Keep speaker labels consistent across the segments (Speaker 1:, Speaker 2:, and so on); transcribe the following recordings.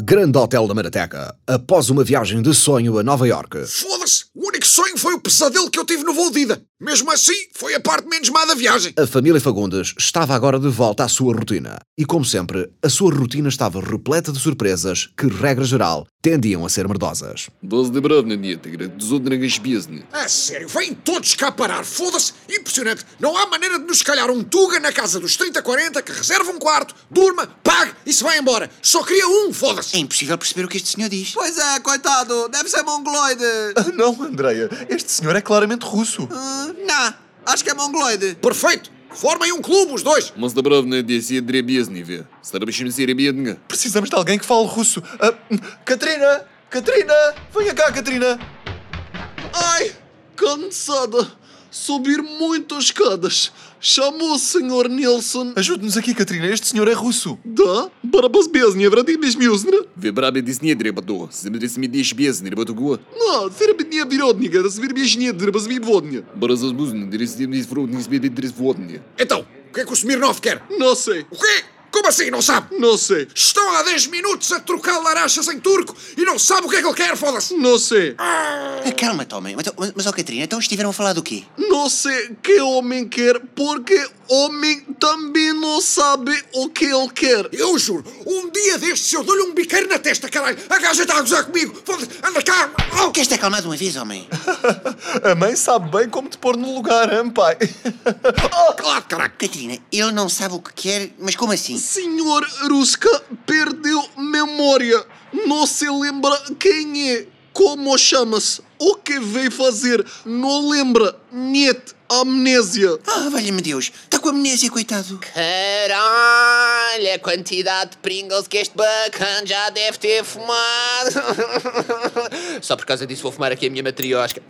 Speaker 1: grande hotel da Marateca, após uma viagem de sonho a Nova York.
Speaker 2: Foda-se! O único sonho foi o pesadelo que eu tive no voo de ida. Mesmo assim, foi a parte menos má da viagem.
Speaker 1: A família Fagundes estava agora de volta à sua rotina. E como sempre, a sua rotina estava repleta de surpresas que, regra geral, tendiam a ser merdosas.
Speaker 3: Доза добра на нет, играть зудно бездны.
Speaker 2: A sério, vêm todos cá parar. Foda-se! Impressionante! Não há maneira de nos calhar um Tuga na casa dos 30, 40 que reserva um quarto, durma, pague e se vai embora. Só queria um, foda-se!
Speaker 4: É impossível perceber o que este senhor diz.
Speaker 5: Pois é, coitado, deve ser mongoloide.
Speaker 6: Ah, Não, Andreia, este senhor é claramente russo.
Speaker 5: Ah, não, acho que é mongoloide.
Speaker 2: Perfeito! Formem um clube, os dois!
Speaker 3: Mas добра на десять дре бездны, ве. Старбащим сере беднга.
Speaker 6: Precisamos de alguém que fale russo. Ah, hum, Catarina! Catarina! Venha cá, Catarina!
Speaker 7: Ai, cansada. Subir muito as escadas. Chamou o senhor Nilsson
Speaker 6: Ajude-nos aqui, Catarina, este senhor é russo.
Speaker 7: da Barabasbesnia Vradimesmiusna.
Speaker 3: Ве браби десне дре бадо. Замедри смедиш бездны, ребята гуа.
Speaker 7: Não, Serbnia Virodniga, da Serbia Drabasmibvodnia.
Speaker 3: Баразазбузны, дресдемни фрудни сбеби дресводни.
Speaker 2: Então, o que é que o Smirnov quer?
Speaker 7: Não sei,
Speaker 2: O quê? Como assim? Não sabe?
Speaker 7: não sei,
Speaker 2: Estão há 10 minutos a trocar larachas em turco e não sabe o que é que ele quer, foda-se!
Speaker 7: não sei,
Speaker 4: Ah, Calma-te, homem. Mas, mas, mas, ó, Catarina, então estiveram a falar do quê?
Speaker 7: não sei que homem quer, porque homem também não sabe o que ele quer.
Speaker 2: Eu juro, um dia destes eu dou-lhe um biqueiro na testa, caralho! A gaja está a gozar comigo! Foda-se! Anda cá! Oh!
Speaker 4: Queres-te acalmar de é uma vez, homem?
Speaker 6: A mãe sabe bem como te pôr no lugar, hã, pai?
Speaker 2: Claro, caralho!
Speaker 4: Catarina, Ah, ele não sabe o que quer, mas como assim?
Speaker 7: Senhor Ruska perdeu memória. Não se lembra quem é, como chama-se, o que veio fazer. Não lembra. Niet amnésia.
Speaker 4: Ah, valha-me Deus, está com amnésia, coitado.
Speaker 8: Caralho, a quantidade de Pringles que este bacana já deve ter fumado. Só por causa disso vou fumar aqui a minha matriosca.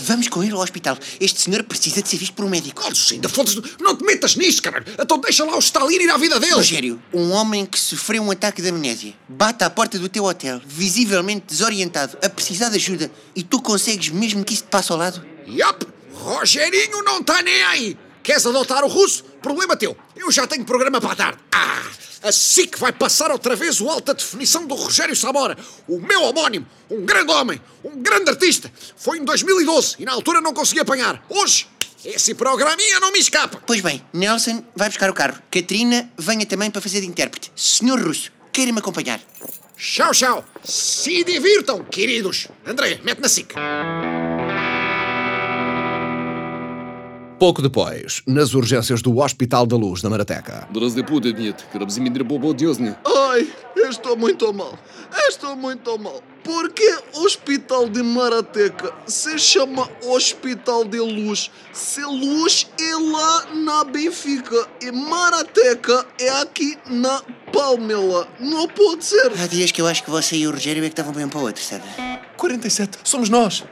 Speaker 4: Vamos com ele ao hospital. Este senhor precisa de ser visto por um médico.
Speaker 2: Oh, Ainda foda-se! Não te metas nisto, caralho! Então deixa lá o Stalin ir à vida dele!
Speaker 4: Rogério, um homem que sofreu um ataque de amnésia bate à porta do teu hotel, visivelmente desorientado, a precisar de ajuda, e tu consegues mesmo que isso te passe ao lado?
Speaker 2: Yup! Rogerinho não está nem aí! Queres adotar o russo? Problema teu! Eu já tenho programa para a tarde! Ah! A SIC vai passar outra vez o alta definição do Rogério Samora, o meu homónimo, um grande homem, um grande artista. Foi em 2012 e na altura não consegui apanhar. Hoje, esse programinha não me escapa.
Speaker 4: Pois bem, Nelson vai buscar o carro. Catarina, venha também para fazer de intérprete. Senhor Russo, querem-me acompanhar?
Speaker 2: Tchau, tchau. Se divirtam, queridos. André, mete na SIC.
Speaker 1: Pouco depois, nas urgências do Hospital da Luz da Marateca.
Speaker 3: Дразды путы нет. Крабзими дребобо дёзны.
Speaker 7: Ai, eu estou muito mal. Eu estou muito mal. Por que Hospital de Marateca se chama Hospital de Luz? Se Luz é lá na Benfica e Marateca é aqui na Palmela. Não pode ser.
Speaker 4: Há dias que eu acho que você e o Rogério é que estavam bem um para o outro, sabe?
Speaker 6: 47, somos nós.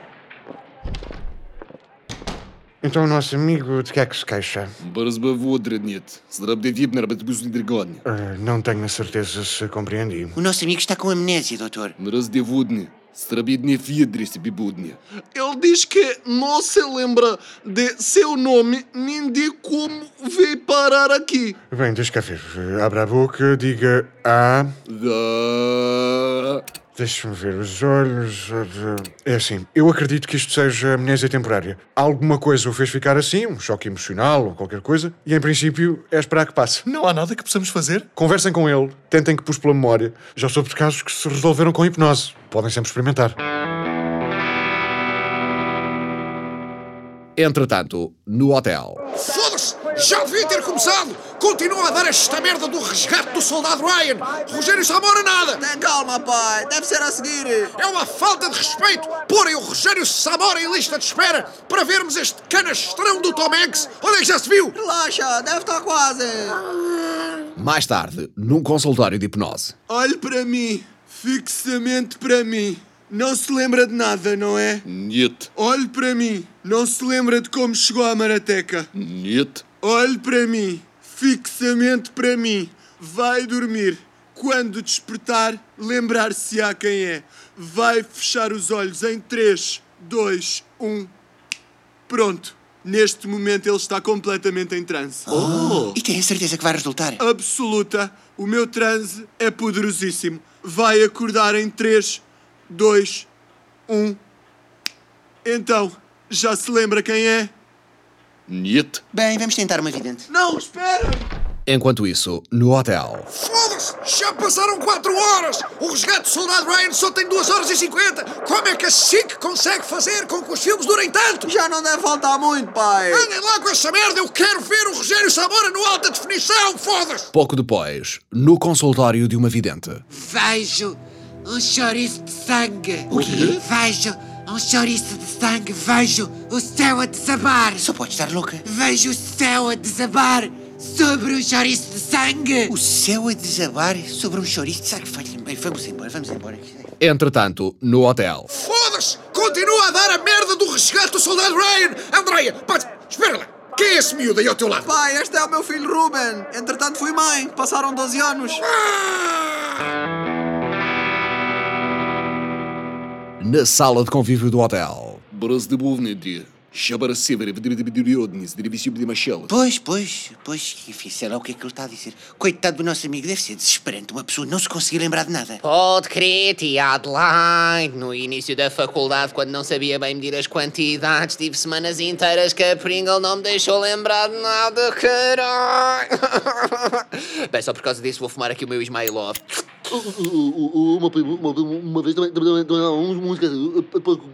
Speaker 9: Então o nosso amigo de que é que se queixa?
Speaker 3: Баразба водра нет. Сдрабды вибнер бэтгузны дрегон.
Speaker 9: Ah, não tenho a certeza se compreendi.
Speaker 4: O nosso amigo está com amnésia, doutor.
Speaker 3: Дразды водны. Страбидны федри себе будны.
Speaker 7: Ele diz que não se lembra de seu nome nem de como veio parar aqui.
Speaker 9: Bem, deixa cá ver. Eh, Abra a boca, diga ah,
Speaker 3: Да.
Speaker 9: deixa-me ver os olhos. É assim, eu acredito que isto seja amnésia temporária. Alguma coisa o fez ficar assim, um choque emocional ou qualquer coisa, e em princípio é esperar que passe.
Speaker 6: Não há nada que possamos fazer?
Speaker 9: Conversem com ele, tentem que pus pela memória. Já soube de casos que se resolveram com hipnose. Podem sempre experimentar.
Speaker 1: Entretanto, no hotel.
Speaker 2: Foda-se! Já devia ter começado! Continua a dar esta merda do resgate do soldado Ryan! Rogério Samora nada!
Speaker 5: Tem calma, pai, deve ser a seguir.
Speaker 2: É uma falta de respeito porem o Rogério Samora em lista de espera para vermos este canastrão do Tom Hanks! Onde é que já se viu?
Speaker 5: Relaxa, deve estar quase.
Speaker 1: Mais tarde, num consultório de hipnose.
Speaker 7: Olhe para mim, fixamente para mim. Não se lembra de nada, não é?
Speaker 3: Нет.
Speaker 7: Olhe para mim, não se lembra de como chegou à Marateca.
Speaker 3: Нет.
Speaker 7: Olhe para mim, fixamente para mim. Vai dormir. Quando despertar, lembrar-se-á quem é. Vai fechar os olhos em 3, 2, 1. Pronto,
Speaker 10: Neste momento ele está completamente em transe.
Speaker 4: Oh. E tenho certeza que vai resultar.
Speaker 10: Absoluta. O meu transe é poderosíssimo. Vai acordar em 3, 2, 1. Então, já se lembra quem é?
Speaker 3: Niet.
Speaker 4: Bem, vamos tentar uma vidente.
Speaker 10: Não, espera!
Speaker 1: Enquanto isso, no hotel.
Speaker 2: Foda-se! Já passaram 4 horas! O resgate do soldado Ryan só tem 2 horas e 50! Como é que a SIC consegue fazer com que os filmes durem tanto?
Speaker 5: Já não deve faltar muito, pai.
Speaker 2: Andem lá com essa merda! Eu quero ver o Rogério Samora no alta definição! Foda-se!
Speaker 1: Pouco depois, no consultório de uma vidente.
Speaker 11: Vejo um chouriço de sangue. O quê? Vejo um chouriço de sangue. Vejo o céu a desabar.
Speaker 4: Só pode estar louca.
Speaker 11: Vejo o céu a desabar sobre um chouriço de sangue.
Speaker 4: O céu a desabar sobre um chouriço de sangue. Falha-me bem, vamos embora, vamos embora.
Speaker 1: Entretanto, no hotel.
Speaker 2: Foda-se! Continua a dar a merda do resgate do soldado Ryan! Andreia, pá, espera lá! Quem é esse miúdo aí ao teu lado?
Speaker 5: Pai, este é o meu filho Ruben. Entretanto, fui mãe. Passaram 12 anos.
Speaker 1: Na sala de convívio do hotel.
Speaker 3: Браздебовный де. Шабара севере, вдребедерёдный, сдребесюбный мащал.
Speaker 4: Pois, pois, pois, enfim, sei lá o que é que ele está a dizer. Coitado do nosso amigo, deve ser desesperante uma pessoa não se conseguir lembrar de nada.
Speaker 8: Pode crer, tia Adelaide. No início da faculdade, quando não sabia bem medir as quantidades, tive semanas inteiras que a Pringle não me deixou lembrar de nada, caralho. Bem, só por causa disso vou fumar aqui o meu Ismailov.
Speaker 12: Uma, uma, uma vez também, também, também há uns músicas.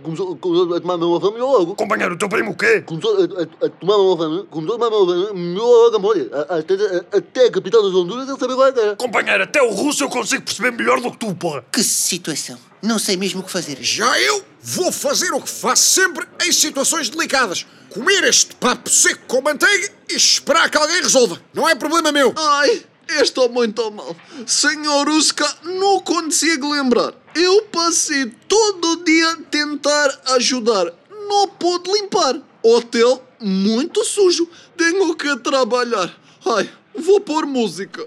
Speaker 12: Começou, começou a tomar meu fama logo.
Speaker 2: Companheiro, o teu primo o quê?
Speaker 12: Começou a, a, a tomar meu fama. Começou a tomar meu fama. Meu logo a morrer. Até, até a capital das Honduras ele sabia qual é era.
Speaker 2: Companheiro, até o russo eu consigo perceber melhor do que tu, porra!
Speaker 4: Que situação. Não sei mesmo o que fazer.
Speaker 2: Já eu vou fazer o que faço sempre em situações delicadas: comer este papo seco com manteiga e esperar que alguém resolva. Não é problema meu.
Speaker 7: Ai, estou muito mal. Senhor Uska, não consigo lembrar. Eu passei todo o dia a tentar ajudar. Não pude limpar. Hotel muito sujo. Tenho que trabalhar. Ai, vou pôr música.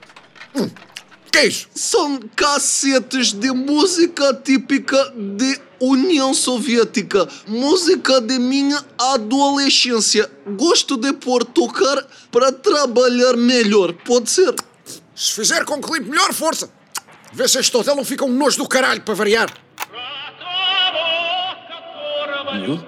Speaker 2: Que é isso?
Speaker 7: São cassetes de música típica de União Soviética, música de minha adolescência. Gosto de pôr tocar para trabalhar melhor, pode ser?
Speaker 2: Se fizer com que limpe melhor, força! Vê se este hotel não fica um nojo do caralho para variar.
Speaker 3: Ню?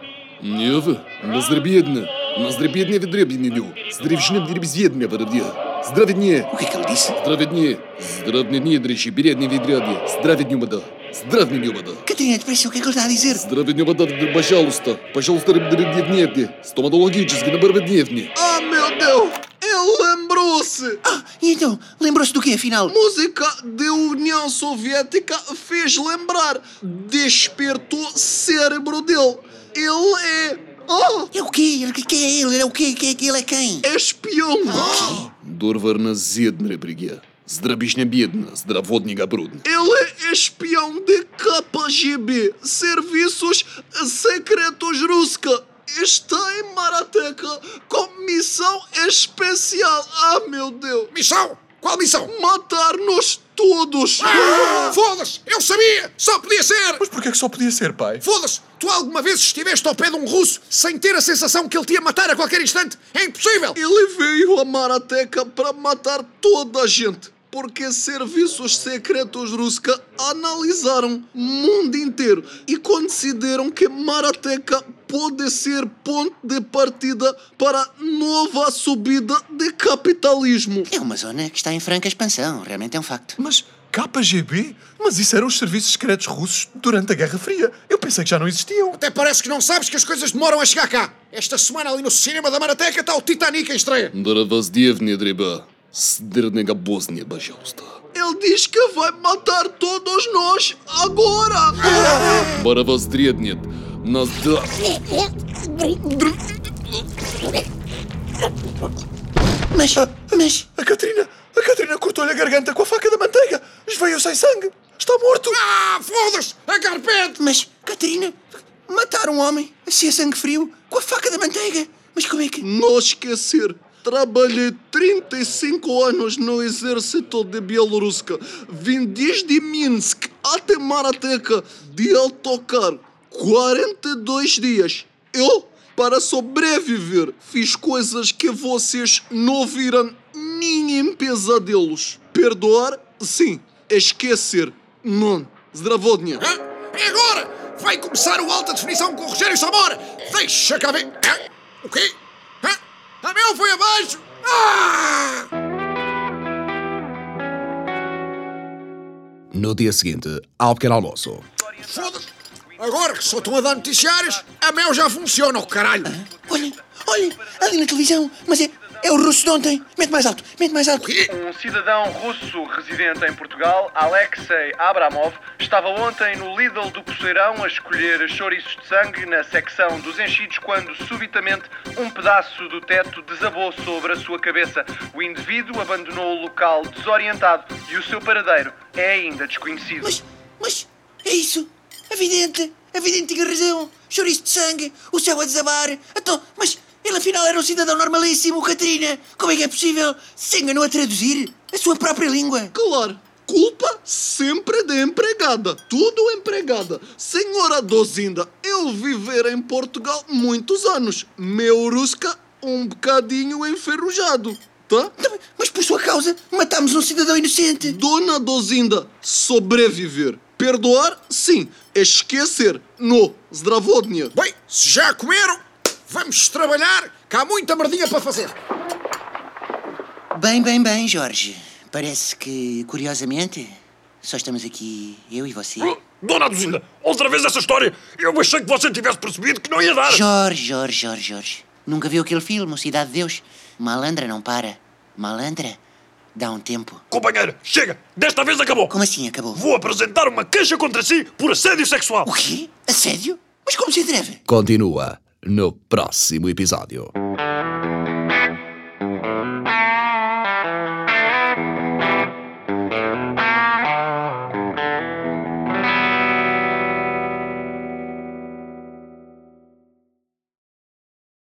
Speaker 3: Нюва? Наздребедна. Наздребедня ведребедня ню. Здревщина дребезъедня воробья. Здраведне.
Speaker 4: O que é que ele disse?
Speaker 3: Здраведне. Здравне не дречи, бередне ведрядне. Здраведню вода. Здравненю вода.
Speaker 4: Catarina, depressa, o que é que ele está a dizer?
Speaker 3: Здраведню вода, д- пожалуйста. Пожалуйста, дребедневне. Стоматологически на барведневне.
Speaker 7: Ah, meu Deus! Ele lembrou-se!
Speaker 4: Ah, e então, lembrou-se do quê, afinal?
Speaker 7: Música da União Soviética fez lembrar, despertou o cérebro dele. Ele é. Oh!
Speaker 4: É o quê? Ele- Quem é ele? Ele é o quê? Quem é que ele é quem?
Speaker 7: Espião!
Speaker 3: Дорварна зедна ребриге. Здравишня бедна, здраводни габрудна.
Speaker 7: Ele é espião de KGB, serviços secretos russa. Está em Marateca com missão especial. Ah, meu Deus!
Speaker 2: Missão? Qual missão?
Speaker 7: Matar-nos todos!
Speaker 2: Ah, Foda-se! Eu sabia! Só podia ser!
Speaker 6: Mas porquê que só podia ser, pai?
Speaker 2: Foda-se! Tu alguma vez estiveste ao pé de um russo sem ter a sensação que ele te ia matar a qualquer instante? É impossível!
Speaker 7: Ele veio a Marateca para matar toda a gente, porque serviços secretos russos analisaram o mundo inteiro e consideram que Marateca pode ser ponto de partida para a nova subida de capitalismo.
Speaker 4: É uma zona que está em franca expansão, realmente é um facto.
Speaker 6: Mas KGB? Mas isso eram os serviços secretos russos durante a Guerra Fria. Eu pensei que já não existiam.
Speaker 2: Até parece que não sabes que as coisas demoram a chegar cá. Esta semana ali no cinema da Marateca está o Titanic em estreia.
Speaker 3: Дравоздевня дреба. Сдернега бозня, пожалуйста.
Speaker 7: Ele diz que vai matar todos nós agora!
Speaker 3: Баравоздреднет. Нас да...
Speaker 4: Mas, mas,
Speaker 6: A Catarina, a Catarina cortou-lhe a garganta com a faca da manteiga. Esveio sem sangue. Está morto.
Speaker 2: Ah, foda-se! A carpete!
Speaker 4: mas, Catarina, matar um homem assim a sangue frio com a faca da manteiga. Mas como é que.
Speaker 7: Não esquecer, trabalhei 35 anos no exército de Bielorrússia. Vim desde Minsk até Marateca de autocarro. 42 dias. Eu Para sobreviver, fiz coisas que vocês não viram nem em pesadelos. Perdoar, sim. Esquecer, não. Zdravodnia.
Speaker 2: É agora! Vai começar o Alta Definição com o Rogério Samora! Deixa cá ver! Hã? O quê? Hã? A meu foi abaixo! Ah!
Speaker 1: No dia seguinte, ao pequeno almoço.
Speaker 2: Foda-se! Agora que só estão a dar noticiários, a meu já funciona, oh caralho!
Speaker 4: Olhem, olhem, ali na televisão, mas é, é o russo de ontem. Mete mais alto, mete mais alto.
Speaker 13: Um cidadão russo residente em Portugal, Alexei Abramov, estava ontem no Lidl do Poceirão a escolher chouriços de sangue na secção dos enchidos quando, subitamente, um pedaço do teto desabou sobre a sua cabeça. O indivíduo abandonou o local desorientado e o seu paradeiro é ainda desconhecido.
Speaker 4: Mas é isso, a vidente, a vidente tinha razão. Chouriço de sangue, o céu a desabar. Então, mas ele afinal era um cidadão normalíssimo, Catarina. Como é que é possível? Se enganou a traduzir a sua própria língua.
Speaker 7: Claro. Culpa sempre da empregada. Tudo empregada. Senhora Dozinda, eu viver em Portugal muitos anos. Meu rusca um bocadinho enferrujado. Tá?
Speaker 4: Mas por sua causa, matamos um cidadão inocente.
Speaker 7: Dona Dozinda, sobreviver. Perdoar, sim. Esquecer, no. Zdravodnia.
Speaker 2: Bem, se já comeram, vamos trabalhar, que há muita merdinha para fazer.
Speaker 4: Bem, bem, bem, Jorge. Parece que, curiosamente, só estamos aqui eu e você.
Speaker 14: Dona Duzinda, outra vez essa história. Eu achei que você tivesse percebido que não ia dar.
Speaker 4: Jorge, Jorge, Jorge, Jorge. Nunca viu aquele filme, O Cidade de Deus? Malandra não para. Malandra dá um tempo.
Speaker 14: Companheira, chega! Desta vez acabou!
Speaker 4: Como assim acabou?
Speaker 14: Vou apresentar uma queixa contra si por assédio sexual!
Speaker 4: O quê? Assédio? Mas como se atreve?
Speaker 1: Continua no próximo episódio.